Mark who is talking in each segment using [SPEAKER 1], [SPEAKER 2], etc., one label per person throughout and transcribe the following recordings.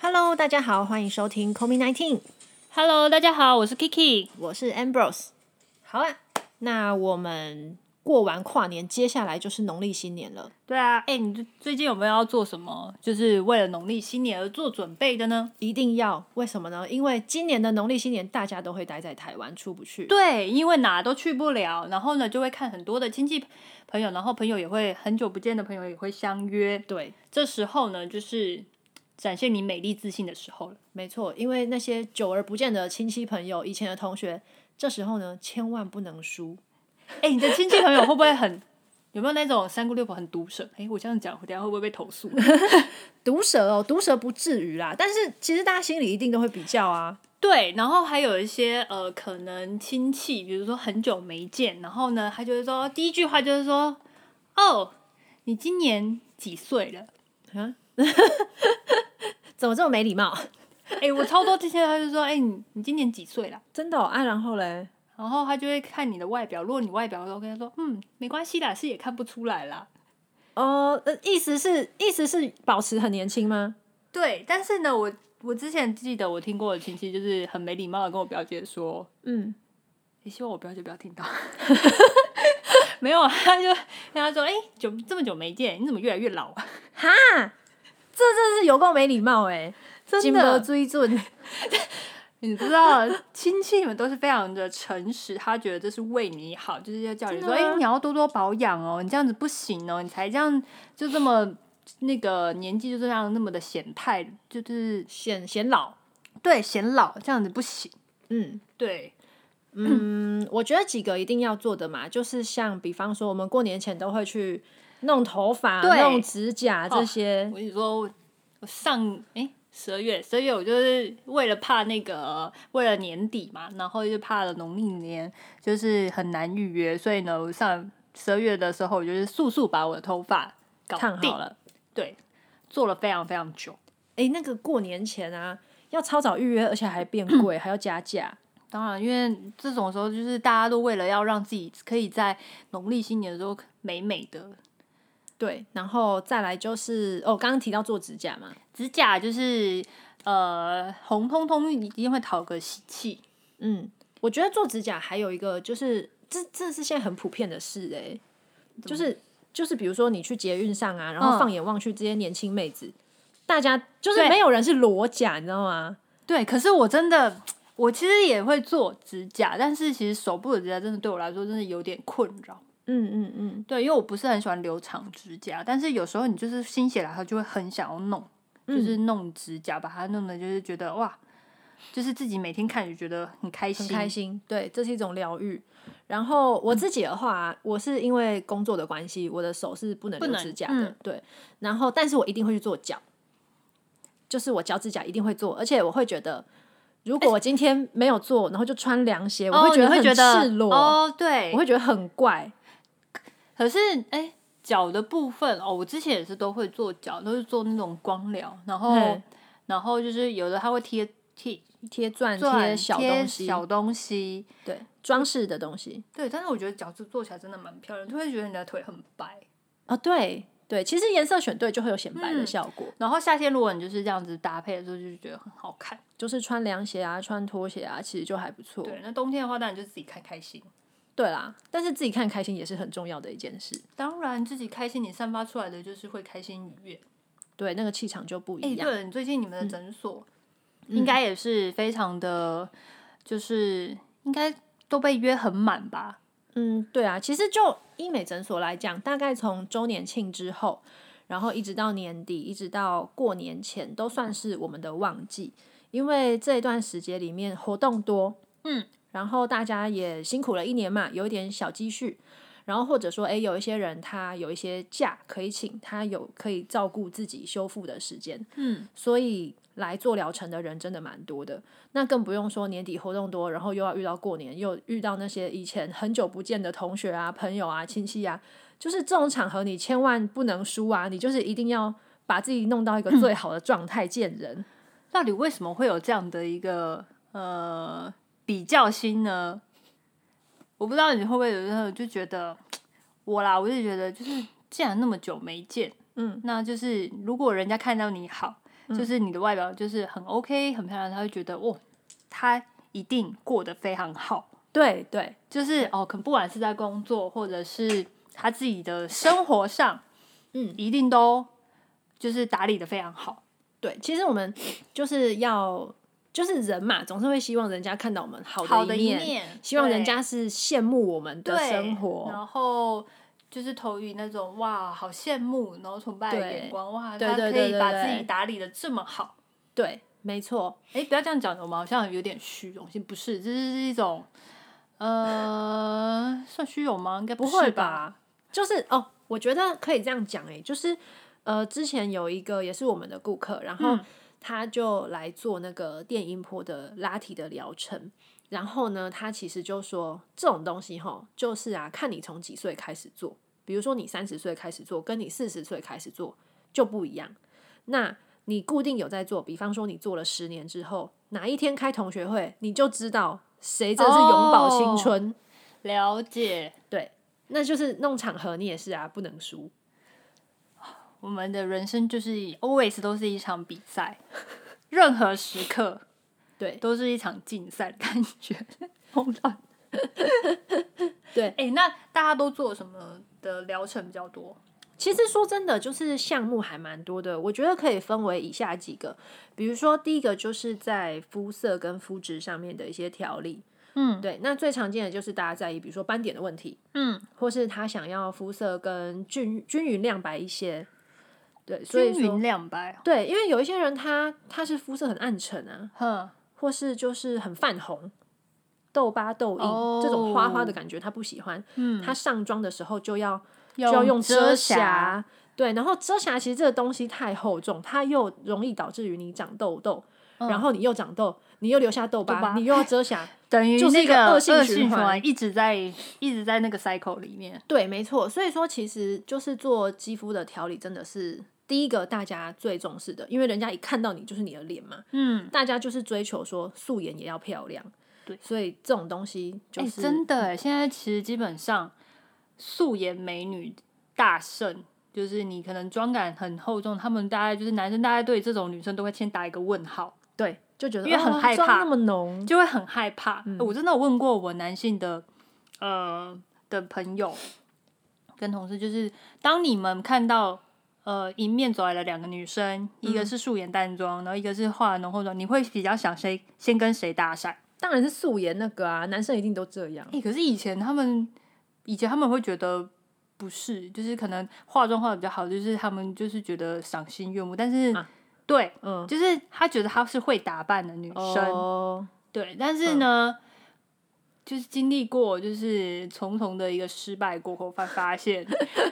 [SPEAKER 1] Hello，大家好，欢迎收听 c o m i Nineteen，
[SPEAKER 2] Hello，大家好，我是 Kiki。
[SPEAKER 1] 我是 Ambrose。好啊，那我们过完跨年，接下来就是农历新年了，
[SPEAKER 2] 对啊，哎、你最最近有没有要做什么，就是为了农历新年而做准备的呢？
[SPEAKER 1] 一定要为什么呢？因为今年的农历新年大家都会待在台湾，出不去。
[SPEAKER 2] 对，因为哪都去不了，然后呢，就会看很多的亲戚朋友，然后朋友也会很久不见的朋友也会相约。
[SPEAKER 1] 对，
[SPEAKER 2] 这时候呢，就是展现你美丽自信的时候了。
[SPEAKER 1] 没错，因为那些久而不见的亲戚朋友、以前的同学，这时候呢，千万不能输。
[SPEAKER 2] 哎、你的亲戚朋友会不会很 有没有那种三姑六婆很毒舌？哎、我这样讲，我等一下会不会被投诉？
[SPEAKER 1] 毒舌哦，毒舌不至于啦，但是其实大家心里一定都会比较啊。
[SPEAKER 2] 对，然后还有一些呃，可能亲戚，比如说很久没见，然后呢，他就会说第一句话就是说：“哦，你今年几岁了
[SPEAKER 1] 怎么这么没礼貌？？”
[SPEAKER 2] 哎，我超多之前他就说：“哎，你你今年几岁了
[SPEAKER 1] 真的、哦、啊，然后嘞，？”
[SPEAKER 2] 然后他就会看你的外表，如果你外表 OK，他说：“嗯，没关系啦，是也看不出来啦。
[SPEAKER 1] 哦、呃，意思是意思是保持很年轻吗？”
[SPEAKER 2] 对，但是呢，我我之前记得我听过的亲戚就是很没礼貌的跟我表姐说，
[SPEAKER 1] 嗯，
[SPEAKER 2] 也希望我表姐不要听到。 没有，他就跟他说：“哎、久这么久没见，你怎么越来越老啊？”
[SPEAKER 1] 哈，这真是有够没礼貌哎、
[SPEAKER 2] 真
[SPEAKER 1] 金箔
[SPEAKER 2] 的，
[SPEAKER 1] 追准，
[SPEAKER 2] 你知道亲戚们都是非常的诚实，他觉得这是为你好，就是要叫你
[SPEAKER 1] 真
[SPEAKER 2] 说，
[SPEAKER 1] 的啊
[SPEAKER 2] 哎、
[SPEAKER 1] 吗
[SPEAKER 2] 你要多多保养哦，你这样子不行哦，你才这样就这么那个年纪就这样那么的显态，就是
[SPEAKER 1] 显显老。
[SPEAKER 2] 对显老这样子不行。
[SPEAKER 1] 嗯
[SPEAKER 2] 对，
[SPEAKER 1] 嗯，我觉得几个一定要做的嘛，就是像比方说，我们过年前都会去弄头发、
[SPEAKER 2] 对
[SPEAKER 1] 弄指甲这些。
[SPEAKER 2] 我跟你说，我我上哎十二月，十二月我就是为了怕那个为了年底嘛，然后就怕了农历年就是很难预约，所以呢，我上十二月的时候，我就是速速把我的头发搞
[SPEAKER 1] 烫好
[SPEAKER 2] 定
[SPEAKER 1] 了，
[SPEAKER 2] 对，做了非常非常久。
[SPEAKER 1] 哎、那个过年前啊，要超早预约，而且还变贵，还要加价。
[SPEAKER 2] 当然，因为这种时候就是大家都为了要让自己可以在农历新年的时候美美的，
[SPEAKER 1] 对，然后再来就是哦，刚刚提到做指甲嘛，
[SPEAKER 2] 指甲就是呃红彤彤一定会讨个喜气。
[SPEAKER 1] 嗯，我觉得做指甲还有一个就是，这这是现在很普遍的事哎、就是就是比如说你去捷运上啊，然后
[SPEAKER 2] 嗯
[SPEAKER 1] 放眼望去，这些年轻妹子，大家就是
[SPEAKER 2] 对
[SPEAKER 1] 没有人是裸甲，你知道吗？
[SPEAKER 2] 对，可是我真的，我其实也会做指甲，但是其实手部的指甲真的对我来说真的有点困扰。
[SPEAKER 1] 嗯嗯嗯，
[SPEAKER 2] 对，因为我不是很喜欢留长指甲，但是有时候你就是心血来潮就会很想要弄，就是弄指甲，把它弄的就是觉得哇，就是自己每天看也觉得很开
[SPEAKER 1] 很
[SPEAKER 2] 心。
[SPEAKER 1] 开心，对，这是一种疗愈。然后我自己的话啊、我是因为工作的关系，我的手是不能
[SPEAKER 2] 不
[SPEAKER 1] 留
[SPEAKER 2] 能
[SPEAKER 1] 指甲的，
[SPEAKER 2] 嗯
[SPEAKER 1] 对。然后，但是我一定会去做脚，就是我脚指甲一定会做，而且我会觉得，如果我今天没有做，然后就穿凉鞋，我会
[SPEAKER 2] 哦，
[SPEAKER 1] 觉
[SPEAKER 2] 你
[SPEAKER 1] 得
[SPEAKER 2] 会
[SPEAKER 1] 很
[SPEAKER 2] 觉得
[SPEAKER 1] 赤裸，
[SPEAKER 2] 哦，对，
[SPEAKER 1] 我会觉得很怪。
[SPEAKER 2] 可是哎，脚的部分哦，我之前也是都会做脚，都是做那种光疗，然后
[SPEAKER 1] 嘿
[SPEAKER 2] 然后就是有的它会贴贴
[SPEAKER 1] 贴钻、
[SPEAKER 2] 钻
[SPEAKER 1] 贴小东西、
[SPEAKER 2] 小东西。
[SPEAKER 1] 对装饰的东西。
[SPEAKER 2] 对，但是我觉得脚趾做起来真的蛮漂亮，就会觉得你的腿很白。
[SPEAKER 1] 哦，对对，其实颜色选对就会有显白的
[SPEAKER 2] 嗯
[SPEAKER 1] 效果，
[SPEAKER 2] 然后夏天如果你就是这样子搭配的时候，就觉得很好看。
[SPEAKER 1] 就是穿凉鞋啊、穿拖鞋啊，其实就还不错。
[SPEAKER 2] 对，那冬天的话，当然就自己看开心。
[SPEAKER 1] 对啦，但是自己看开心也是很重要的一件事。
[SPEAKER 2] 当然，自己开心，你散发出来的就是会开心愉悦。
[SPEAKER 1] 对，那个气场就不
[SPEAKER 2] 哎、
[SPEAKER 1] 一样。
[SPEAKER 2] 对了，你最近你们的诊所、应该也是非常的，就是应该都被约很满吧？
[SPEAKER 1] 嗯，对啊，其实就医美诊所来讲，大概从周年庆之后，然后一直到年底，一直到过年前，都算是我们的旺季，因为这一段时间里面活动多，
[SPEAKER 2] 嗯，
[SPEAKER 1] 然后大家也辛苦了一年嘛，有一点小积蓄。然后或者说，诶，有一些人他有一些假可以请，他有可以照顾自己修复的时间，
[SPEAKER 2] 嗯，
[SPEAKER 1] 所以来做疗程的人真的蛮多的。那更不用说年底活动多，然后又要遇到过年，又遇到那些以前很久不见的同学啊、朋友啊、亲戚啊，就是这种场合你千万不能输啊！你就是一定要把自己弄到一个最好的状态见人。
[SPEAKER 2] 到底为什么会有这样的一个呃比较心呢？我不知道你会不会有时候就觉得我啦，我就觉得就是既然那么久没见，
[SPEAKER 1] 嗯，
[SPEAKER 2] 那就是如果人家看到你好，就是你的外表就是很 OK 很漂亮，他会觉得哦，他一定过得非常好。
[SPEAKER 1] 对对，
[SPEAKER 2] 就是哦，可能不管是在工作或者是他自己的生活上，
[SPEAKER 1] 嗯，
[SPEAKER 2] 一定都就是打理的非常好。
[SPEAKER 1] 对，其实我们就是要，就是人嘛，总是会希望人家看到我们好
[SPEAKER 2] 好
[SPEAKER 1] 的
[SPEAKER 2] 的
[SPEAKER 1] 面，
[SPEAKER 2] 面，
[SPEAKER 1] 希望人
[SPEAKER 2] 对
[SPEAKER 1] 家是羡慕我们的
[SPEAKER 2] 对
[SPEAKER 1] 生活。
[SPEAKER 2] 然后就是投予那种哇，好羡慕，然后崇拜的
[SPEAKER 1] 对
[SPEAKER 2] 眼光，哇，
[SPEAKER 1] 对
[SPEAKER 2] 他
[SPEAKER 1] 对
[SPEAKER 2] 可
[SPEAKER 1] 对
[SPEAKER 2] 以
[SPEAKER 1] 对
[SPEAKER 2] 把
[SPEAKER 1] 对
[SPEAKER 2] 自己打理的这么好。
[SPEAKER 1] 对，没错，
[SPEAKER 2] 哎，不要这样讲，我们好像有点虚荣心，不是，这是一种。呃，算虚荣吗？应该
[SPEAKER 1] 不
[SPEAKER 2] 是
[SPEAKER 1] 会
[SPEAKER 2] 吧？
[SPEAKER 1] 吧？就是哦，我觉得可以这样讲诶、欸就是呃，之前有一个也是我们的顾客，然后
[SPEAKER 2] 嗯
[SPEAKER 1] 他就来做那个电音波的拉提的疗程。然后呢，他其实就说这种东西哈，就是啊，看你从几岁开始做。比如说你三十岁开始做，跟你四十岁开始做就不一样。那你固定有在做，比方说你做了十年之后，哪一天开同学会，你就知道谁真的是永葆青
[SPEAKER 2] 哦
[SPEAKER 1] 春。
[SPEAKER 2] 了解，
[SPEAKER 1] 对，那就是弄场合，你也是啊，不能输。
[SPEAKER 2] 我们的人生就是 always 都是一场比赛，任何时刻
[SPEAKER 1] 对
[SPEAKER 2] 都是一场竞赛的感觉。好乱。
[SPEAKER 1] 对，
[SPEAKER 2] 哎、那大家都做什么的疗程比较多？
[SPEAKER 1] 其实说真的，就是项目还蛮多的，我觉得可以分为以下几个，比如说第一个就是在肤色跟肤质上面的一些调理。
[SPEAKER 2] 嗯
[SPEAKER 1] 对，那最常见的就是大家在意，比如说斑点的问题，
[SPEAKER 2] 嗯，
[SPEAKER 1] 或是他想要肤色跟均均匀亮白一些。对，所以
[SPEAKER 2] 均
[SPEAKER 1] 说
[SPEAKER 2] 匀亮白。
[SPEAKER 1] 对，因为有一些人他他是肤色很暗沉啊，
[SPEAKER 2] 哼，
[SPEAKER 1] 或是就是很泛红、痘疤、痘印、
[SPEAKER 2] 哦
[SPEAKER 1] 这种花花的感觉，他不喜欢。
[SPEAKER 2] 嗯，
[SPEAKER 1] 他上妆的时候就要
[SPEAKER 2] 就
[SPEAKER 1] 就要用遮
[SPEAKER 2] 瑕。
[SPEAKER 1] 瑕，对，然后遮瑕其实这个东西太厚重，它又容易导致于你长痘痘，
[SPEAKER 2] 嗯
[SPEAKER 1] 然后你又长痘，你又留下痘
[SPEAKER 2] 痘
[SPEAKER 1] 疤，
[SPEAKER 2] 疤
[SPEAKER 1] 你又要遮 瑕。
[SPEAKER 2] 等于
[SPEAKER 1] 就是一个
[SPEAKER 2] 那个
[SPEAKER 1] 恶
[SPEAKER 2] 恶
[SPEAKER 1] 性
[SPEAKER 2] 性
[SPEAKER 1] 循环
[SPEAKER 2] 循环，一直在一直在那个 cycle 里面。
[SPEAKER 1] 对，没错。所以说，其实就是做肌肤的调理，真的是第一个大家最重视的，因为人家一看到你就是你的脸嘛，
[SPEAKER 2] 嗯，
[SPEAKER 1] 大家就是追求说素颜也要漂亮。
[SPEAKER 2] 对
[SPEAKER 1] 所以这种东西就
[SPEAKER 2] 哎、
[SPEAKER 1] 是、嗯
[SPEAKER 2] 真的哎，现在其实基本上素颜美女大盛，就是你可能妆感很厚重，他们大概就是男生大概对这种女生都会先打一个问号，
[SPEAKER 1] 对，就觉得
[SPEAKER 2] 因为很
[SPEAKER 1] 哦
[SPEAKER 2] 害
[SPEAKER 1] 妆
[SPEAKER 2] 怕
[SPEAKER 1] 那么浓，
[SPEAKER 2] 就会很害怕。
[SPEAKER 1] 嗯
[SPEAKER 2] 我真的有问过我男性的呃的朋友跟同事，就是当你们看到。呃，迎面走来的两个女生，
[SPEAKER 1] 嗯
[SPEAKER 2] 一个是素颜淡妆，然后一个是化浓厚妆，你会比较想谁先跟谁搭讪？
[SPEAKER 1] 当然是素颜那个啊，男生一定都这样。
[SPEAKER 2] 哎、可是以前他们，以前他们会觉得不是，就是可能化妆化的比较好，就是他们就是觉得赏心悦目，但是、
[SPEAKER 1] 啊
[SPEAKER 2] 对，
[SPEAKER 1] 嗯，
[SPEAKER 2] 就是他觉得她是会打扮的女生，
[SPEAKER 1] 哦，嗯
[SPEAKER 2] 对，但是呢。就是经历过就是重重的一个失败过后，发 发现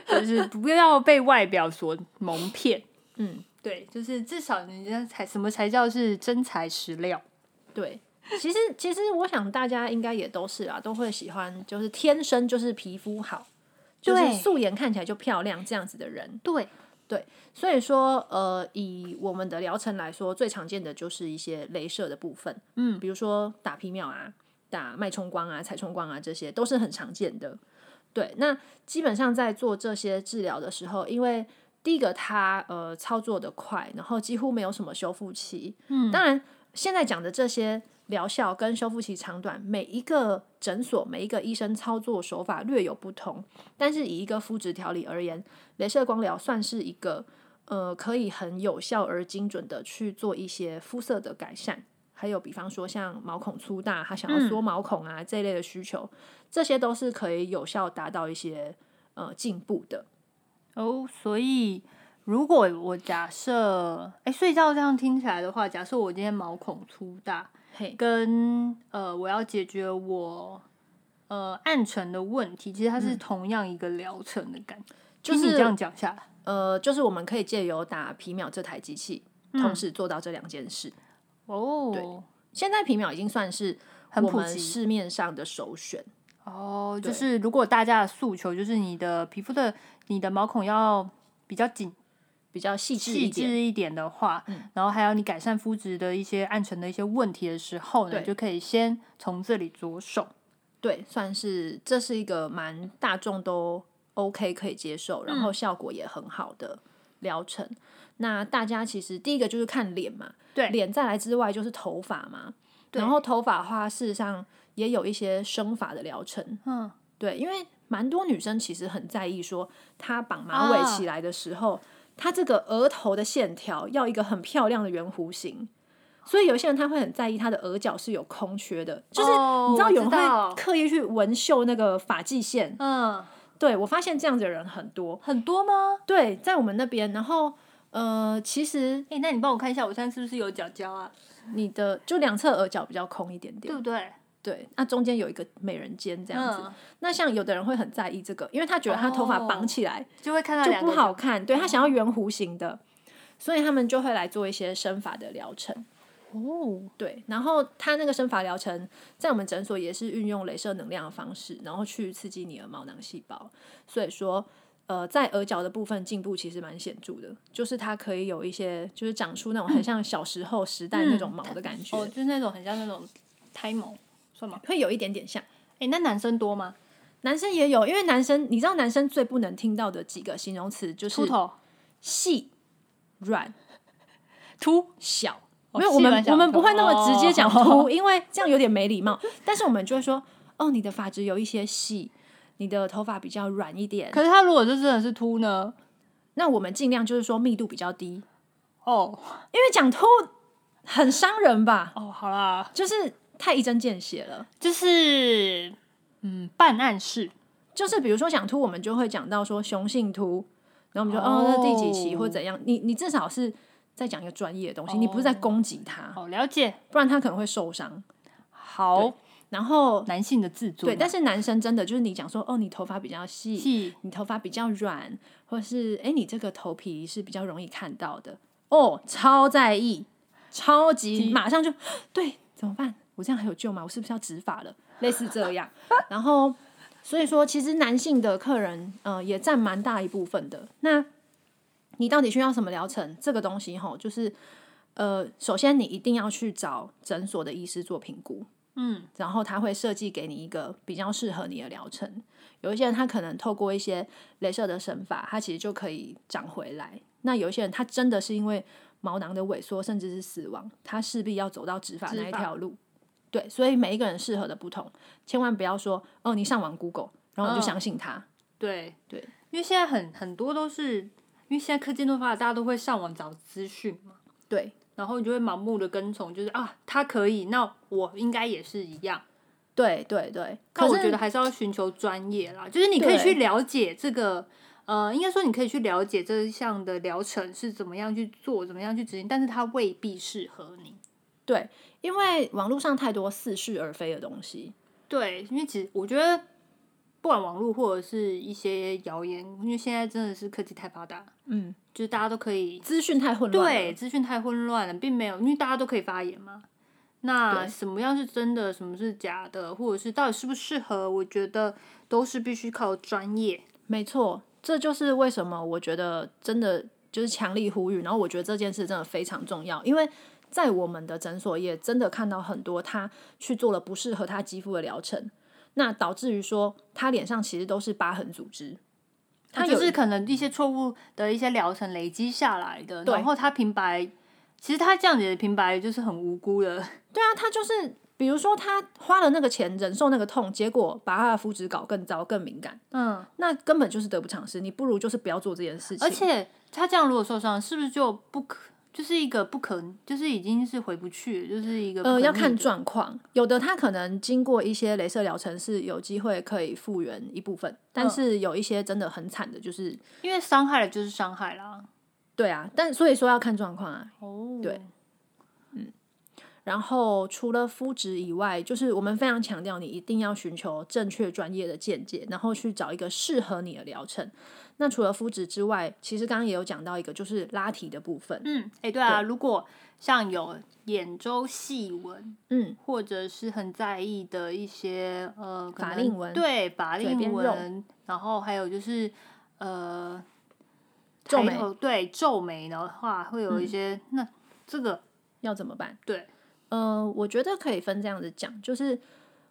[SPEAKER 2] 就是不要被外表所蒙骗，
[SPEAKER 1] 嗯。
[SPEAKER 2] 对，就是至少人家才什么才叫是真材实料，
[SPEAKER 1] 对，其实其实我想大家应该也都是啦，啊都会喜欢就是天生就是皮肤好，就是
[SPEAKER 2] 对
[SPEAKER 1] 素颜看起来就漂亮这样子的人。
[SPEAKER 2] 对，
[SPEAKER 1] 所以说，呃，以我们的疗程来说，最常见的就是一些镭射的部分，
[SPEAKER 2] 嗯
[SPEAKER 1] 比如说打皮秒啊、打脉冲光啊、彩冲光啊，这些都是很常见的。对，那基本上在做这些治疗的时候，因为第一个它呃操作的快，然后几乎没有什么修复期。嗯，当然现在讲的这些疗效跟修复期长短，每一个诊所每一个医生操作手法略有不同，但是以一个肤质调理而言，镭射光疗算是一个呃可以很有效而精准的去做一些肤色的改善。还有，比方说像毛孔粗大，他想要缩毛孔啊、这一类的需求，这些都是可以有效达到一些呃进步的。
[SPEAKER 2] 哦，所以如果我假设，哎、睡觉这样听起来的话，假设我今天毛孔粗大，
[SPEAKER 1] 嘿，
[SPEAKER 2] 跟呃，我要解决我呃暗沉的问题，其实它是同样一个疗程的感觉。
[SPEAKER 1] 就
[SPEAKER 2] 听你
[SPEAKER 1] 是
[SPEAKER 2] 这样讲下来，
[SPEAKER 1] 呃，就是我们可以借由打皮秒这台机器，同时做到这两件事。
[SPEAKER 2] 哦，
[SPEAKER 1] 现在皮秒已经算是
[SPEAKER 2] 很
[SPEAKER 1] 我
[SPEAKER 2] 普
[SPEAKER 1] 们
[SPEAKER 2] 及。
[SPEAKER 1] 市面上的首选。
[SPEAKER 2] 哦，
[SPEAKER 1] 对
[SPEAKER 2] 就是如果大家的诉求就是你的皮肤的你的毛孔要比较紧
[SPEAKER 1] 比较细致一
[SPEAKER 2] 细
[SPEAKER 1] 点。
[SPEAKER 2] 致一点嗯的话，然后还有你改善肤质的一些暗沉的一些问题的时候呢，
[SPEAKER 1] 对
[SPEAKER 2] 你就可以先从这里着手。
[SPEAKER 1] 对，算是这是一个蛮大众都 OK 可以接受，然后效果也很好的疗程。那大家其实第一个就是看脸嘛，
[SPEAKER 2] 对
[SPEAKER 1] 脸再来之外就是头发嘛，
[SPEAKER 2] 对
[SPEAKER 1] 然后头发的话，事实上也有一些生发的疗程，
[SPEAKER 2] 嗯，
[SPEAKER 1] 对，因为蛮多女生其实很在意说，她绑马
[SPEAKER 2] 啊
[SPEAKER 1] 尾起来的时候，她这个额头的线条要一个很漂亮的圆弧形，所以有些人他会很在意她的额角是有空缺的，就是
[SPEAKER 2] 哦
[SPEAKER 1] 你知道
[SPEAKER 2] 我
[SPEAKER 1] 有人会
[SPEAKER 2] 道
[SPEAKER 1] 刻意去纹绣那个发际线，
[SPEAKER 2] 嗯，
[SPEAKER 1] 对我发现这样子的人很多，
[SPEAKER 2] 很多吗？
[SPEAKER 1] 对，在我们那边，然后呃，其实
[SPEAKER 2] 哎、那你帮我看一下，我现在是不是有角胶啊？
[SPEAKER 1] 你的就两侧额角比较空一点
[SPEAKER 2] 对
[SPEAKER 1] 点，
[SPEAKER 2] 不对？
[SPEAKER 1] 对，那中间有一个美人尖这样子。
[SPEAKER 2] 嗯哦
[SPEAKER 1] 那像有的人会很在意这个，因为他觉得他头发绑起来
[SPEAKER 2] 就会看到
[SPEAKER 1] 就
[SPEAKER 2] 两
[SPEAKER 1] 不
[SPEAKER 2] 个
[SPEAKER 1] 好看，对他想要
[SPEAKER 2] 嗯
[SPEAKER 1] 圆弧形的，所以他们就会来做一些生发的疗程。
[SPEAKER 2] 哦，
[SPEAKER 1] 对，然后他那个生发疗程在我们诊所也是运用镭射能量的方式，然后去刺激你的毛囊细胞，所以说。呃，在额角的部分进步其实蛮显著的，就是它可以有一些，就是长出那种很像小时候时代那种毛的感觉，
[SPEAKER 2] 哦，就是那种很像那种胎毛，算吗？
[SPEAKER 1] 会有一点点像。
[SPEAKER 2] 哎、那男生多吗？
[SPEAKER 1] 男生也有，因为男生你知道，男生最不能听到的几个形容词就是
[SPEAKER 2] 秃头、
[SPEAKER 1] 细、软、
[SPEAKER 2] 秃，
[SPEAKER 1] 小。
[SPEAKER 2] 哦
[SPEAKER 1] 没有，我
[SPEAKER 2] 细
[SPEAKER 1] 们
[SPEAKER 2] 软小
[SPEAKER 1] 我们不会那么直接 讲秃，
[SPEAKER 2] 哦
[SPEAKER 1] 因为这样有点没礼貌。但是我们就会说，哦，你的发质有一些细，你的头发比较软一点。
[SPEAKER 2] 可是他如果就真的是秃呢？
[SPEAKER 1] 那我们尽量就是说密度比较低，因
[SPEAKER 2] 哦
[SPEAKER 1] 为讲秃很伤人吧，
[SPEAKER 2] 哦，好啦，
[SPEAKER 1] 就是太一针见血了。
[SPEAKER 2] 就是嗯，办案式
[SPEAKER 1] 就是比如说讲秃，我们就会讲到说雄性秃，然后我们就
[SPEAKER 2] 哦
[SPEAKER 1] 哦那第几期或怎样，你你至少是在讲一个专业的东西，你不是
[SPEAKER 2] 哦
[SPEAKER 1] 在攻击他，
[SPEAKER 2] 好了解，
[SPEAKER 1] 不然他可能会受伤。
[SPEAKER 2] 好
[SPEAKER 1] 然后
[SPEAKER 2] 男性的自尊
[SPEAKER 1] 对，
[SPEAKER 2] 啊嘛，
[SPEAKER 1] 但是男生真的就是你讲说哦，你头发比较细，
[SPEAKER 2] 是
[SPEAKER 1] 你头发比较软，或是哎你这个头皮是比较容易看到的，哦超在意，超级马上就对怎么办？我这样还有救吗？我是不是要植发了？类似这样，然后所以说，其实男性的客人，呃，也占蛮大一部分的。那你到底需要什么疗程？这个东西吼，就是呃，首先你一定要去找诊所的医师做评估，嗯，然后他会设计给你一个比较适合你的疗程。有一些人他可能透过一些镭射的神法，他其实就可以长回来。那有一些人他真的是因为毛囊的萎缩，甚至是死亡，他势必要走到植发
[SPEAKER 2] 植
[SPEAKER 1] 那一
[SPEAKER 2] 发
[SPEAKER 1] 条路。对，所以每一个人适合的不同，千万不要说哦，你上网 Google，然后你就
[SPEAKER 2] 嗯
[SPEAKER 1] 相信他。
[SPEAKER 2] 对
[SPEAKER 1] 对，
[SPEAKER 2] 因为现在很很多都是因为现在科技那么发达，大家都会上网找资讯嘛，
[SPEAKER 1] 对
[SPEAKER 2] 然后你就会盲目的跟从，就是啊，他可以，那我应该也是一样。
[SPEAKER 1] 对对对，
[SPEAKER 2] 但
[SPEAKER 1] 可
[SPEAKER 2] 我
[SPEAKER 1] 是
[SPEAKER 2] 觉得还是要寻求专业啦，就是你可以
[SPEAKER 1] 对
[SPEAKER 2] 去了解这个，呃，应该说你可以去了解这项的疗程是怎么样去做，怎么样去执行，但是它未必适合你。
[SPEAKER 1] 对，因为网络上太多似是而非的东西。
[SPEAKER 2] 对，因为其实我觉得，不管网络或者是一些谣言，因为现在真的是科技太发达，
[SPEAKER 1] 嗯，
[SPEAKER 2] 就是大家都可以
[SPEAKER 1] 资讯太混乱。
[SPEAKER 2] 对，，资讯太混乱了，并没有，因为大家都可以发言嘛。那
[SPEAKER 1] 对
[SPEAKER 2] 什么样是真的，什么是假的，或者是到底适不适合，我觉得都是必须靠专业。
[SPEAKER 1] 没错，这就是为什么我觉得真的就是强力呼吁。然后我觉得这件事真的非常重要，因为在我们的诊所也真的看到很多他去做了不适合他肌肤的疗程，那导致于说他脸上其实都是疤痕组织。
[SPEAKER 2] 它
[SPEAKER 1] 他
[SPEAKER 2] 就
[SPEAKER 1] 有
[SPEAKER 2] 是可能一些错误的一些疗程累积下来的，
[SPEAKER 1] 对
[SPEAKER 2] 然后它平白，其实它这样子的平白就是很无辜的，
[SPEAKER 1] 对啊，他就是比如说他花了那个钱，忍受那个痛，结果把他的肤质搞更糟、更敏感，
[SPEAKER 2] 嗯，
[SPEAKER 1] 那根本就是得不偿失。你不如就是不要做这件事情。
[SPEAKER 2] 而且它这样如果受伤，是不是就不可，就是一个不可，就是已经是回不去了，就是一个不
[SPEAKER 1] 呃，
[SPEAKER 2] 可
[SPEAKER 1] 要
[SPEAKER 2] 逆
[SPEAKER 1] 看
[SPEAKER 2] 的
[SPEAKER 1] 状况，有的他可能经过一些镭射疗程是有机会可以复原一部分，但是有一些真的很惨的，就是
[SPEAKER 2] 因为伤害了就是伤害啦。
[SPEAKER 1] 对啊，但所以说要看状况啊。
[SPEAKER 2] 哦，
[SPEAKER 1] 对，然后除了肤质以外，就是我们非常强调你一定要寻求正确专业的见解，然后去找一个适合你的疗程。那除了肤质之外，其实刚刚也有讲到一个就是拉提的部分，
[SPEAKER 2] 嗯，哎、对啊，如果像有眼周细纹，
[SPEAKER 1] 嗯，
[SPEAKER 2] 或者是很在意的一些呃，可
[SPEAKER 1] 法
[SPEAKER 2] 能
[SPEAKER 1] 令纹
[SPEAKER 2] 对法
[SPEAKER 1] 嘴
[SPEAKER 2] 令
[SPEAKER 1] 边肉
[SPEAKER 2] 纹，然后还有就是呃，
[SPEAKER 1] 皱
[SPEAKER 2] 抬
[SPEAKER 1] 眉嗯
[SPEAKER 2] 头对皱眉的话，会有一些、那这个
[SPEAKER 1] 要怎么办？
[SPEAKER 2] 对，
[SPEAKER 1] 呃，我觉得可以分这样子讲，就是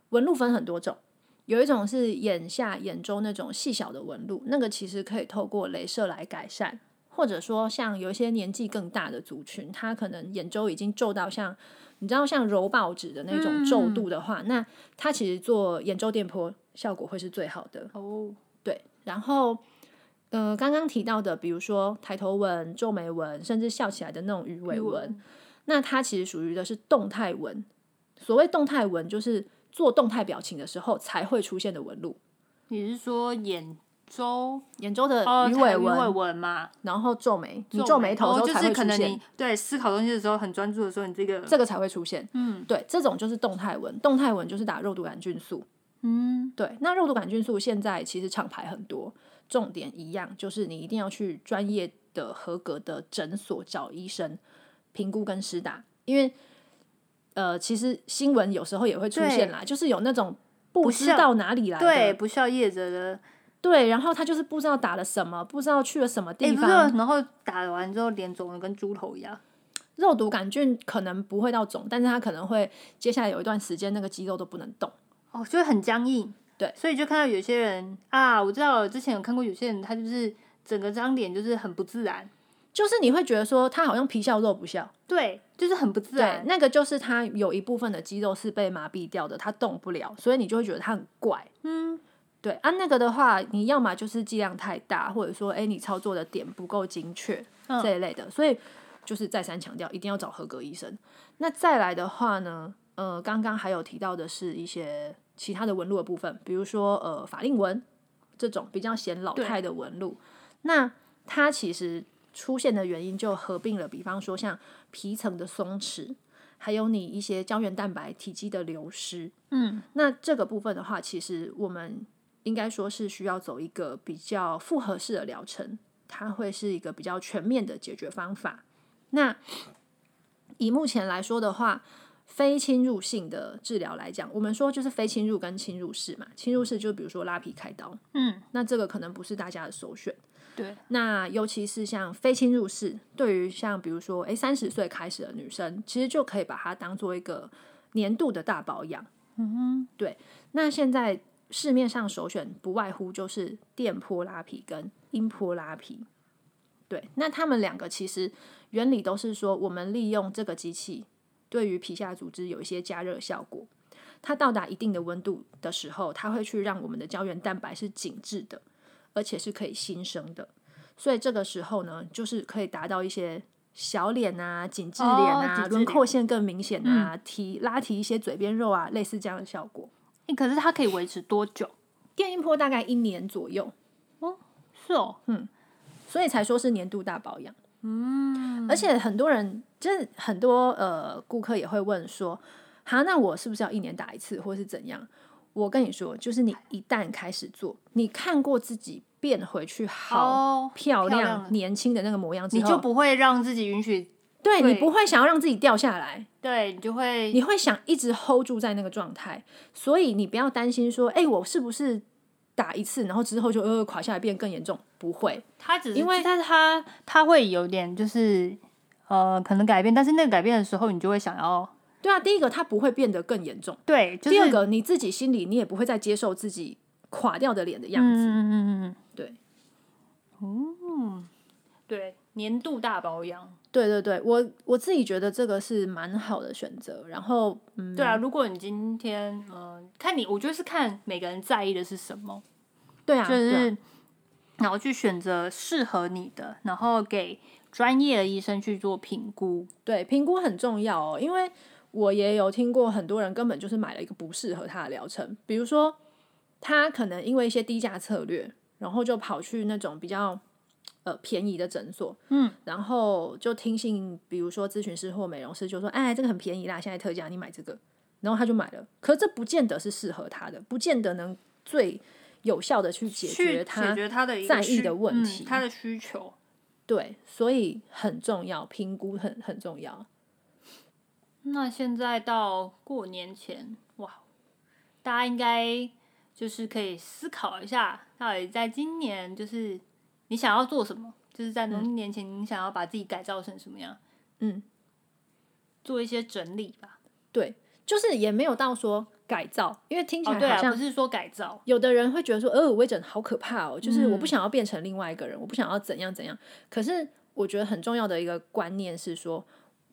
[SPEAKER 1] 纹路分很多种，有一种是眼下、眼周那种细小的纹路，那个其实可以透过镭射来改善，或者说像有一些年纪更大的族群，他可能眼周已经皱到像你知道像揉报纸的那种皱度的话，那他其实做眼周电波效果会是最好的。
[SPEAKER 2] 哦，
[SPEAKER 1] 对，然后呃，刚刚提到的，比如说抬头纹、皱眉纹，甚至笑起来的那种鱼尾
[SPEAKER 2] 鱼
[SPEAKER 1] 纹，
[SPEAKER 2] 纹
[SPEAKER 1] 那它其实属于的是动态纹。所谓动态纹，就是做动态表情的时候才会出现的纹路，
[SPEAKER 2] 你是说眼周
[SPEAKER 1] 眼周的
[SPEAKER 2] 哦
[SPEAKER 1] 鱼
[SPEAKER 2] 才
[SPEAKER 1] 尾
[SPEAKER 2] 有
[SPEAKER 1] 纹，
[SPEAKER 2] 鱼尾纹嘛？
[SPEAKER 1] 然后皱眉，你皱眉头的时
[SPEAKER 2] 哦，
[SPEAKER 1] 候
[SPEAKER 2] 就
[SPEAKER 1] 才
[SPEAKER 2] 是
[SPEAKER 1] 会
[SPEAKER 2] 可
[SPEAKER 1] 出
[SPEAKER 2] 能
[SPEAKER 1] 现，
[SPEAKER 2] 你对思考东西的时候很专注的时候，你这个
[SPEAKER 1] 这个才会出现。
[SPEAKER 2] 嗯
[SPEAKER 1] 对，这种就是动态纹，动态纹就是打肉毒杆菌素。
[SPEAKER 2] 嗯
[SPEAKER 1] 对，那肉毒杆菌素现在其实厂牌很多，重点一样，就是你一定要去专业的、合格的诊所找医生评估跟施打，因为呃，其实新闻有时候也会出现啦，就是有那种不
[SPEAKER 2] 不
[SPEAKER 1] 知
[SPEAKER 2] 孝
[SPEAKER 1] 道哪里来的，
[SPEAKER 2] 对不孝业者的
[SPEAKER 1] 对然后他就是不知道打了什么，不知道去了什么
[SPEAKER 2] 哎
[SPEAKER 1] 地
[SPEAKER 2] 不是，
[SPEAKER 1] 方，
[SPEAKER 2] 然后打完之后脸肿的跟猪头一样，
[SPEAKER 1] 肉毒杆菌可能不会到肿，但是它可能会接下来有一段时间那个肌肉都不能动。
[SPEAKER 2] 哦，就会很僵硬。
[SPEAKER 1] 对，
[SPEAKER 2] 所以就看到有些人啊，我知道了，之前有看过有些人，他就是整个张脸就是很不自然，
[SPEAKER 1] 就是你会觉得说他好像皮笑肉不笑，
[SPEAKER 2] 对，就是很不自
[SPEAKER 1] 对，
[SPEAKER 2] 然。
[SPEAKER 1] 那个就是他有一部分的肌肉是被麻痹掉的，他动不了，所以你就会觉得他很怪。
[SPEAKER 2] 嗯，
[SPEAKER 1] 对啊，那个的话，你要么就是剂量太大，或者说，哎，你操作的点不够精确、
[SPEAKER 2] 嗯
[SPEAKER 1] 这一类的，所以就是再三强调，一定要找合格医生。那再来的话呢，呃，刚刚还有提到的是一些其他的纹路的部分，比如说呃法令纹这种比较显老
[SPEAKER 2] 对
[SPEAKER 1] 态的纹路，那它其实出现的原因就合并了，比方说像皮层的松弛，还有你一些胶原蛋白体积的流失，
[SPEAKER 2] 嗯，
[SPEAKER 1] 那这个部分的话，其实我们应该说是需要走一个比较复合式的疗程，它会是一个比较全面的解决方法。那以目前来说的话，非侵入性的治疗来讲，我们说就是非侵入跟侵入式嘛。侵入式就比如说拉皮开刀，
[SPEAKER 2] 嗯，
[SPEAKER 1] 那这个可能不是大家的首选。
[SPEAKER 2] 对，
[SPEAKER 1] 那尤其是像非侵入式，对于像比如说诶三十岁开始的女生，其实就可以把它当做一个年度的大保养。嗯哼，对。那现在市面上首选不外乎就是电波拉皮跟音波拉皮。对，那他们两个其实原理都是说，我们利用这个机器对于皮下组织有一些加热效果。它到达一定的温度的时候，它会去让我们的胶原蛋白是紧致的，而且是可以新生的。所以这个时候呢，就是可以达到一些小脸啊、紧致脸
[SPEAKER 2] 哦紧致
[SPEAKER 1] 啊、
[SPEAKER 2] 脸嗯
[SPEAKER 1] 轮廓线更明显啊、提拉提一些嘴边肉啊，类似这样的效果。
[SPEAKER 2] 诶可是它可以维持多久？
[SPEAKER 1] 电音波大概一年左右，
[SPEAKER 2] 是哦，
[SPEAKER 1] 嗯所以才说是年度大保养。嗯，而且很多人就是很多呃顾客也会问说，哈，那我是不是要一年打一次，或是怎样？我跟你说，就是你一旦开始做，你看过自己变回去好、
[SPEAKER 2] 哦，
[SPEAKER 1] 漂
[SPEAKER 2] 漂
[SPEAKER 1] 亮、
[SPEAKER 2] 亮了
[SPEAKER 1] 年轻的那个模样之
[SPEAKER 2] 你
[SPEAKER 1] 后，
[SPEAKER 2] 就不会让自己允许，
[SPEAKER 1] 对
[SPEAKER 2] 对
[SPEAKER 1] 你不会想要让自己掉下来，
[SPEAKER 2] 对你就会，
[SPEAKER 1] 你会想一直 hold 住在那个状态，所以你不要担心说，哎、我是不是打一次，然后之后就呃垮下来变更严重？不会，
[SPEAKER 2] 它只是
[SPEAKER 1] 因为
[SPEAKER 2] 但是它它会有点就是呃，可能改变，但是那个改变的时候，你就会想要
[SPEAKER 1] 对啊，第一个它不会变得更严重，
[SPEAKER 2] 对，就是
[SPEAKER 1] 第二个你自己心里你也不会再接受自己垮掉的脸的样子。
[SPEAKER 2] 嗯嗯嗯哦嗯，
[SPEAKER 1] 对，
[SPEAKER 2] 对，年度大保养。
[SPEAKER 1] 对对对，我我自己觉得这个是蛮好的选择。然后，嗯，
[SPEAKER 2] 对啊，如果你今天嗯、呃看你，我觉得是看每个人在意的是什么，
[SPEAKER 1] 对啊，
[SPEAKER 2] 就
[SPEAKER 1] 对
[SPEAKER 2] 是
[SPEAKER 1] 啊
[SPEAKER 2] 然后去选择适合你的，然后给专业的医生去做评估。
[SPEAKER 1] 对评估很重要哦，因为我也有听过很多人根本就是买了一个不适合他的疗程，比如说他可能因为一些低价策略，然后就跑去那种比较呃便宜的诊所，
[SPEAKER 2] 嗯，
[SPEAKER 1] 然后就听信比如说咨询师或美容师就说，哎，这个很便宜啦，现在特价，你买这个，然后他就买了，可这不见得是适合他的，不见得能最有效的去解
[SPEAKER 2] 去
[SPEAKER 1] 决他
[SPEAKER 2] 解决他的一个
[SPEAKER 1] 在意
[SPEAKER 2] 需
[SPEAKER 1] 的问题
[SPEAKER 2] 嗯他的需求。
[SPEAKER 1] 对，所以很重要，评估很很重要。
[SPEAKER 2] 那现在到过年前，哇，大家应该就是可以思考一下，到底在今年就是你想要做什么，就是在农历年前你想要把自己改造成什么样，
[SPEAKER 1] 嗯，
[SPEAKER 2] 做一些整理吧。
[SPEAKER 1] 对，就是也没有到说改造，因为听起
[SPEAKER 2] 哦，
[SPEAKER 1] 来
[SPEAKER 2] 对
[SPEAKER 1] 好
[SPEAKER 2] 啊，
[SPEAKER 1] 像
[SPEAKER 2] 不是说改造，
[SPEAKER 1] 有的人会觉得说，呃，微整好可怕哦，就是我不
[SPEAKER 2] 嗯
[SPEAKER 1] 想要变成另外一个人，我不想要怎样怎样。可是我觉得很重要的一个观念是说，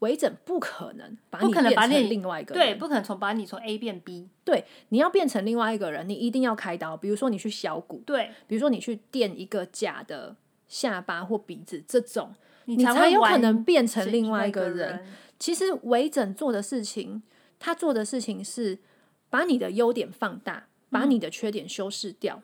[SPEAKER 1] 微整不可能把
[SPEAKER 2] 不
[SPEAKER 1] 你
[SPEAKER 2] 可能
[SPEAKER 1] 变
[SPEAKER 2] 把
[SPEAKER 1] 成
[SPEAKER 2] 你
[SPEAKER 1] 另外一个人，
[SPEAKER 2] 对，不可能从把你从 A 变 B，
[SPEAKER 1] 对，你要变成另外一个人，你一定要开刀，比如说你去削骨，
[SPEAKER 2] 对
[SPEAKER 1] 比如说你去垫一个假的下巴或鼻子，这种
[SPEAKER 2] 你才
[SPEAKER 1] 才
[SPEAKER 2] 会
[SPEAKER 1] 有可
[SPEAKER 2] 完
[SPEAKER 1] 能变成
[SPEAKER 2] 成
[SPEAKER 1] 另
[SPEAKER 2] 外
[SPEAKER 1] 外一个人。
[SPEAKER 2] 人。
[SPEAKER 1] 其实微整做的事情，他做的事情是把你的优点放大，把你的缺点修饰掉。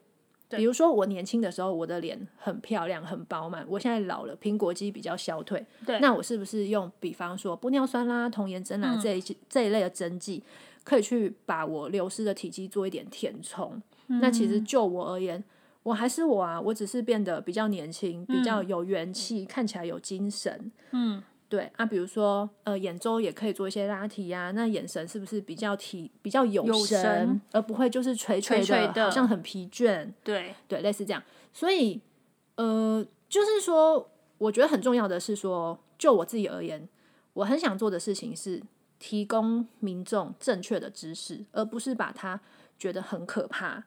[SPEAKER 2] 对
[SPEAKER 1] 比如说，我年轻的时候，我的脸很漂亮、很饱满。我现在老了，苹果肌比较消退。
[SPEAKER 2] 对
[SPEAKER 1] 那我是不是用，比方说玻尿酸啦、童颜针
[SPEAKER 2] 嗯
[SPEAKER 1] 啦、这一些这一类的针剂，可以去把我流失的体积做一点填充？那其
[SPEAKER 2] 嗯
[SPEAKER 1] 实就我而言，我还是我啊，我只是变得比较年轻，比较有元气，看起来有精神。
[SPEAKER 2] 嗯，
[SPEAKER 1] 对啊，比如说呃，眼周也可以做一些拉提呀、那眼神是不是比较提比较有
[SPEAKER 2] 有
[SPEAKER 1] 神，
[SPEAKER 2] 神
[SPEAKER 1] 而不会就是垂垂
[SPEAKER 2] 垂垂的
[SPEAKER 1] 好像很疲倦，
[SPEAKER 2] 对，
[SPEAKER 1] 对，类似这样。所以呃，就是说，我觉得很重要的是说，就我自己而言，我很想做的事情是提供民众正确的知识，而不是把它觉得很可怕，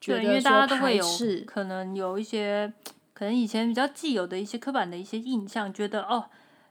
[SPEAKER 1] 觉
[SPEAKER 2] 对，
[SPEAKER 1] 得
[SPEAKER 2] 因为
[SPEAKER 1] 说
[SPEAKER 2] 大家都
[SPEAKER 1] 排
[SPEAKER 2] 会有
[SPEAKER 1] 斥
[SPEAKER 2] 可能有一些，可能以前比较既有的一些刻板的一些印象，觉得哦，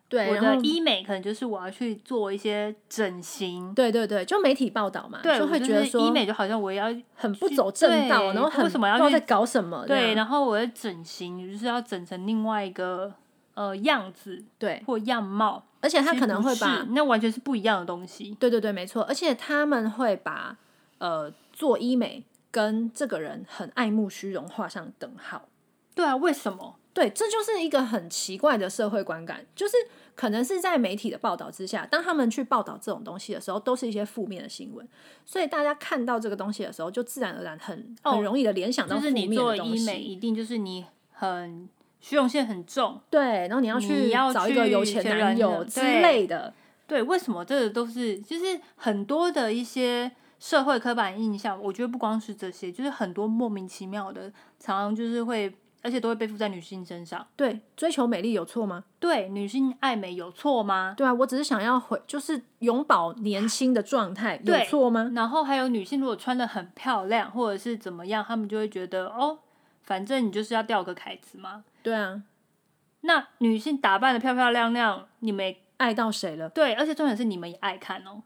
[SPEAKER 1] 对，
[SPEAKER 2] 我
[SPEAKER 1] 然后
[SPEAKER 2] 的医美可能就是我要去做一些整形，
[SPEAKER 1] 对对对，就媒体报道嘛，
[SPEAKER 2] 对，
[SPEAKER 1] 就
[SPEAKER 2] 我
[SPEAKER 1] 会觉得
[SPEAKER 2] 是
[SPEAKER 1] 说
[SPEAKER 2] 医美就好像我也要
[SPEAKER 1] 很不走正道，
[SPEAKER 2] 对
[SPEAKER 1] 然后很
[SPEAKER 2] 为什么要
[SPEAKER 1] 不知道
[SPEAKER 2] 去
[SPEAKER 1] 在搞什么？
[SPEAKER 2] 对，
[SPEAKER 1] 这样
[SPEAKER 2] 然后我的整形就是要整成另外一个呃样子
[SPEAKER 1] 对，
[SPEAKER 2] 或样貌，
[SPEAKER 1] 而且他
[SPEAKER 2] 其实
[SPEAKER 1] 可能
[SPEAKER 2] 不
[SPEAKER 1] 会
[SPEAKER 2] 是
[SPEAKER 1] 把，
[SPEAKER 2] 那完全是不一样的东西。
[SPEAKER 1] 对对对，没错，而且他们会把呃做医美跟这个人很爱慕虚荣画上等号。
[SPEAKER 2] 对啊，为什么？
[SPEAKER 1] 对，这就是一个很奇怪的社会观感，就是可能是在媒体的报道之下，当他们去报道这种东西的时候，都是一些负面的新闻，所以大家看到这个东西的时候，就自然而然很很
[SPEAKER 2] 哦
[SPEAKER 1] 容易的联想到
[SPEAKER 2] 就
[SPEAKER 1] 负
[SPEAKER 2] 是
[SPEAKER 1] 面
[SPEAKER 2] 你
[SPEAKER 1] 的
[SPEAKER 2] 做
[SPEAKER 1] 东
[SPEAKER 2] 医
[SPEAKER 1] 西。
[SPEAKER 2] 美一定就是你很虚荣心很重，
[SPEAKER 1] 对，然后你要去
[SPEAKER 2] 你要
[SPEAKER 1] 找一个
[SPEAKER 2] 去
[SPEAKER 1] 有钱
[SPEAKER 2] 学
[SPEAKER 1] 男
[SPEAKER 2] 人
[SPEAKER 1] 友
[SPEAKER 2] 的
[SPEAKER 1] 之
[SPEAKER 2] 对
[SPEAKER 1] 类的，
[SPEAKER 2] 对，为什么这个都是就是很多的一些社会刻板印象？我觉得不光是这些，就是很多莫名其妙的，常常就是会，而且都会背负在女性身上。
[SPEAKER 1] 对，追求美丽有错吗？
[SPEAKER 2] 对，女性爱美有错吗？
[SPEAKER 1] 对啊，我只是想要回，就是永葆年轻的状态，有
[SPEAKER 2] 对
[SPEAKER 1] 错吗？
[SPEAKER 2] 然后还有女性如果穿的很漂亮，或者是怎么样，她们就会觉得哦，反正你就是要吊个凯子嘛。
[SPEAKER 1] 对啊，
[SPEAKER 2] 那女性打扮的漂漂亮亮，你们也
[SPEAKER 1] 爱到谁了？
[SPEAKER 2] 对，而且重点是你们也爱看哦。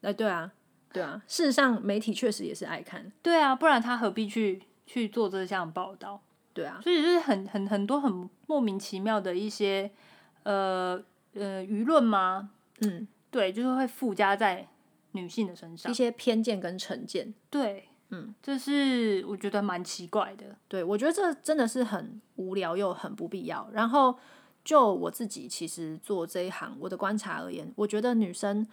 [SPEAKER 1] 哎、对啊，对啊，事实上媒体确实也是爱看，
[SPEAKER 2] 对啊，不然她何必去去做这项报道？
[SPEAKER 1] 对啊，
[SPEAKER 2] 所以就是很很很多很莫名其妙的一些呃呃舆论吗？
[SPEAKER 1] 嗯，
[SPEAKER 2] 对，就是会附加在女性的身上
[SPEAKER 1] 一。些偏见跟成见，
[SPEAKER 2] 对，
[SPEAKER 1] 嗯，
[SPEAKER 2] 这是我觉得蛮奇怪的。
[SPEAKER 1] 对我觉得这真的是很无聊又很不必要。然后就我自己其实做这一行，我的观察而言，我觉得女生。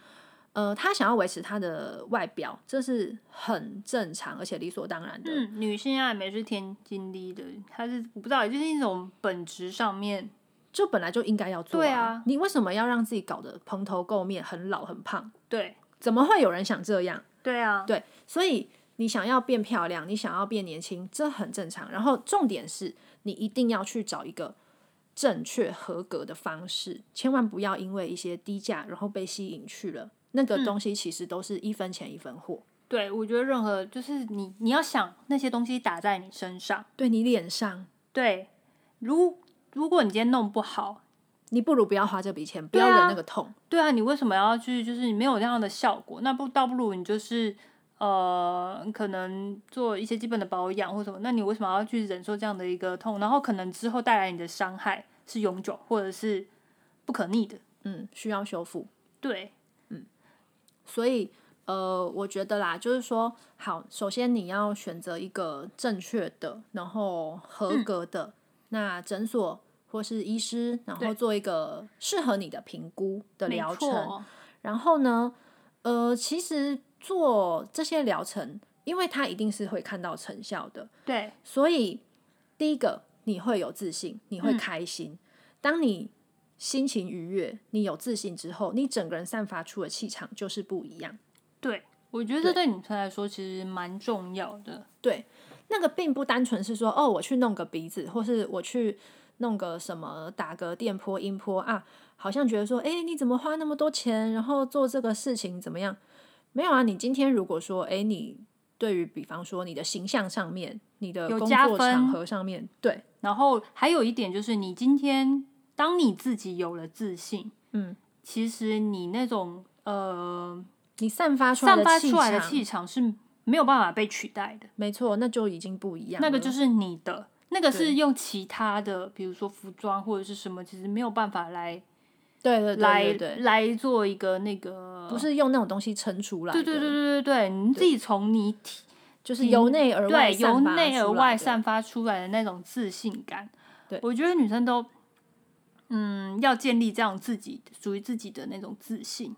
[SPEAKER 1] 呃，她想要维持她的外表，这是很正常而且理所当然的。
[SPEAKER 2] 嗯，女性爱美是天经地义的，它是我不知道，就是一种本质上面。
[SPEAKER 1] 就本来就应该要做、
[SPEAKER 2] 对啊
[SPEAKER 1] 你为什么要让自己搞得蓬头垢面、很老很胖？
[SPEAKER 2] 对，
[SPEAKER 1] 怎么会有人想这样？
[SPEAKER 2] 对啊，
[SPEAKER 1] 对，所以你想要变漂亮，你想要变年轻，这很正常。然后重点是你一定要去找一个正确合格的方式，千万不要因为一些低价然后被吸引去了。那个东西其实都是一分钱一分货，
[SPEAKER 2] 对，我觉得任何就是你你要想那些东西打在你身上，
[SPEAKER 1] 对你脸上，
[SPEAKER 2] 对，如如果你今天弄不好，
[SPEAKER 1] 你不如不要花这笔钱，不
[SPEAKER 2] 对
[SPEAKER 1] 要
[SPEAKER 2] 啊
[SPEAKER 1] 忍那个痛。
[SPEAKER 2] 对啊，你为什么要去？就是你没有那样的效果，那不倒不如你就是呃，可能做一些基本的保养或什么，那你为什么要去忍受这样的一个痛？然后可能之后带来你的伤害是永久或者是不可逆的，
[SPEAKER 1] 嗯，需要修复。
[SPEAKER 2] 对。
[SPEAKER 1] 所以呃，我觉得啦，就是说，好，首先你要选择一个正确的，然后合
[SPEAKER 2] 嗯
[SPEAKER 1] 格的、那诊所或是医师，然后
[SPEAKER 2] 对
[SPEAKER 1] 做一个适合你的评估的
[SPEAKER 2] 没
[SPEAKER 1] 疗程。
[SPEAKER 2] 错，
[SPEAKER 1] 然后呢，呃，其实做这些疗程，因为它一定是会看到成效的，
[SPEAKER 2] 对，
[SPEAKER 1] 所以第一个你会有自信，你
[SPEAKER 2] 嗯
[SPEAKER 1] 会开心。当你心情愉悦，你有自信之后，你整个人散发出的气场就是不一样。
[SPEAKER 2] 对，我觉得这对女生来说其实蛮重要的。
[SPEAKER 1] 对，那个并不单纯是说哦，我去弄个鼻子，或是我去弄个什么打个电波、音波啊，好像觉得说，哎，你怎么花那么多钱，然后做这个事情怎么样？没有啊，你今天如果说，哎，你对于比方说你的形象上面，你的
[SPEAKER 2] 有
[SPEAKER 1] 工
[SPEAKER 2] 加
[SPEAKER 1] 作
[SPEAKER 2] 分
[SPEAKER 1] 场合上面，对，
[SPEAKER 2] 然后还有一点就是，你今天当你自己有了自信，
[SPEAKER 1] 嗯，
[SPEAKER 2] 其实你那种呃
[SPEAKER 1] 你散发出来
[SPEAKER 2] 散
[SPEAKER 1] 的
[SPEAKER 2] 发
[SPEAKER 1] 气
[SPEAKER 2] 出来的
[SPEAKER 1] 场，
[SPEAKER 2] 气场是没有办法被取代的，
[SPEAKER 1] 没错，那就已经不一样了。
[SPEAKER 2] 那个就是你的，那个
[SPEAKER 1] 对
[SPEAKER 2] 是用其他的，比如说服装或者是什么，其实没有办法来
[SPEAKER 1] 对对
[SPEAKER 2] 来
[SPEAKER 1] 对对对，
[SPEAKER 2] 来做一个那个，
[SPEAKER 1] 不是用那种东西撑出来的，
[SPEAKER 2] 对对对对对对，你自己从你体
[SPEAKER 1] 就是由内而外
[SPEAKER 2] 对由
[SPEAKER 1] 散发
[SPEAKER 2] 内而
[SPEAKER 1] 出来
[SPEAKER 2] 外
[SPEAKER 1] 的
[SPEAKER 2] 散发出来的那种自信感。
[SPEAKER 1] 对
[SPEAKER 2] 我觉得女生都，嗯，要建立这样自己属于自己的那种自信。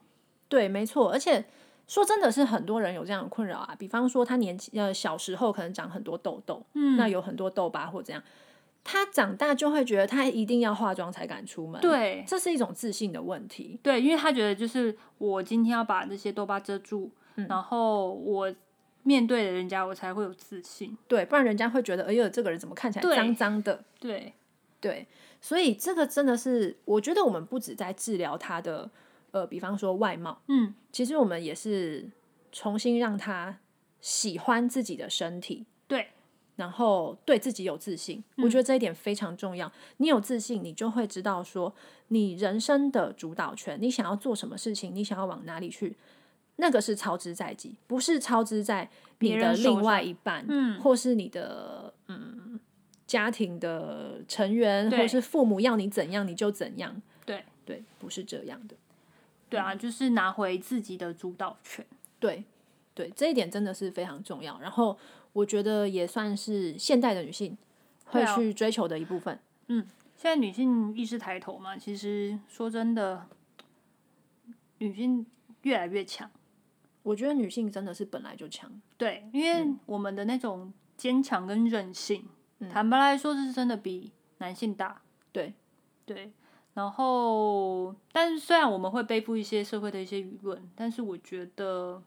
[SPEAKER 1] 对，没错，而且说真的是很多人有这样的困扰啊。比方说，他年轻呃小时候可能长很多痘痘，
[SPEAKER 2] 嗯
[SPEAKER 1] 那有很多痘疤或怎样，他长大就会觉得他一定要化妆才敢出门，，
[SPEAKER 2] 对
[SPEAKER 1] 这是一种自信的问题。
[SPEAKER 2] 对，因为她觉得就是我今天要把这些痘疤遮住，
[SPEAKER 1] 嗯
[SPEAKER 2] 然后我面对了人家，我才会有自信。
[SPEAKER 1] 对，不然人家会觉得，哎呦，这个人怎么看起来
[SPEAKER 2] 对
[SPEAKER 1] 脏脏的？
[SPEAKER 2] 对，
[SPEAKER 1] 对，所以这个真的是，我觉得我们不止在治疗他的，呃，比方说外貌，
[SPEAKER 2] 嗯，
[SPEAKER 1] 其实我们也是重新让他喜欢自己的身体，
[SPEAKER 2] 对，嗯
[SPEAKER 1] 然后对自己有自信。我觉得这一点非常重要。你有自信，你就会知道说你人生的主导权，你想要做什么事情，你想要往哪里去，那个是操之在己，不是操之在你
[SPEAKER 2] 别
[SPEAKER 1] 的
[SPEAKER 2] 人手
[SPEAKER 1] 另外一半，
[SPEAKER 2] 嗯
[SPEAKER 1] 或是你的嗯家庭的成员，
[SPEAKER 2] 对
[SPEAKER 1] 或是父母要你怎样你就怎样。
[SPEAKER 2] 对
[SPEAKER 1] 对，不是这样的。
[SPEAKER 2] 对
[SPEAKER 1] 嗯
[SPEAKER 2] 啊，就是拿回自己的主导权。
[SPEAKER 1] 对，对，这一点真的是非常重要。然后我觉得也算是现代的女性
[SPEAKER 2] 对
[SPEAKER 1] 会
[SPEAKER 2] 啊
[SPEAKER 1] 去追求的一部分。
[SPEAKER 2] 现在女性意识抬头嘛，其实说真的，女性越来越强。
[SPEAKER 1] 我觉得女性真的是本来就强，
[SPEAKER 2] 对，因为我们的那种坚强跟韧性，坦白来说是真的比男性大。
[SPEAKER 1] 嗯对
[SPEAKER 2] 对，然后，但是虽然我们会背负一些社会的一些舆论，但是我觉得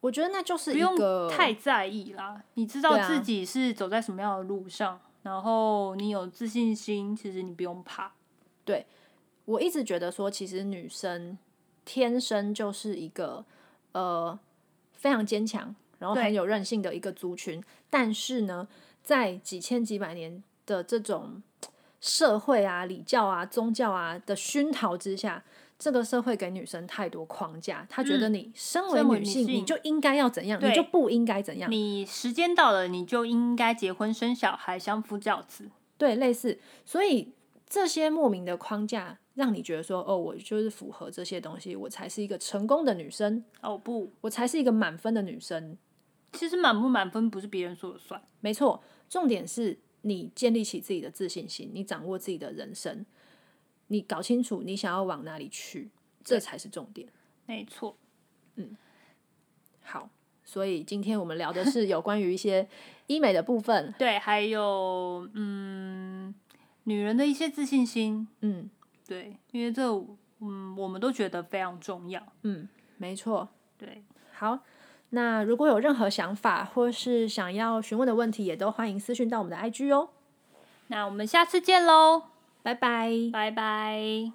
[SPEAKER 1] 我觉得那就是
[SPEAKER 2] 不
[SPEAKER 1] 一
[SPEAKER 2] 用
[SPEAKER 1] 个
[SPEAKER 2] 太在意啦。你知
[SPEAKER 1] 对
[SPEAKER 2] 道
[SPEAKER 1] 啊
[SPEAKER 2] 自己是走在什么样的路上，然后你有自信心，其实你不用怕。
[SPEAKER 1] 我一直觉得说，其实女生天生就是一个呃非常坚强，然后
[SPEAKER 2] 对
[SPEAKER 1] 很有韧性的一个族群。但是呢，在几千几百年的这种社会啊、礼教啊、宗教啊的熏陶之下，这个社会给女生太多框架，他觉得你身为
[SPEAKER 2] 嗯身为
[SPEAKER 1] 女
[SPEAKER 2] 女
[SPEAKER 1] 性，你
[SPEAKER 2] 性
[SPEAKER 1] 就应该要怎样，你
[SPEAKER 2] 对
[SPEAKER 1] 就不应该怎样。
[SPEAKER 2] 你时间到了，你就应该结婚生小孩，相夫教子。
[SPEAKER 1] 对，类似，所以这些莫名的框架让你觉得说，哦，我就是符合这些东西，我才是一个成功的女生，
[SPEAKER 2] 哦不，
[SPEAKER 1] 我才是一个满分的女生。
[SPEAKER 2] 其实满不满分不是别人说了算。
[SPEAKER 1] 没错，重点是你建立起自己的自信心，你掌握自己的人生，你搞清楚你想要往哪里去，这才是重点。
[SPEAKER 2] 没错，
[SPEAKER 1] 好，所以今天我们聊的是有关于一些医美的部分。
[SPEAKER 2] 对，还有嗯，女人的一些自信心，
[SPEAKER 1] 嗯
[SPEAKER 2] 对，因为这嗯，我们都觉得非常重要。
[SPEAKER 1] 嗯，没错。
[SPEAKER 2] 对，
[SPEAKER 1] 好，那如果有任何想法或是想要询问的问题，也都欢迎私讯到我们的 IG 哦。
[SPEAKER 2] 那我们下次见喽，
[SPEAKER 1] 拜拜。
[SPEAKER 2] 拜拜。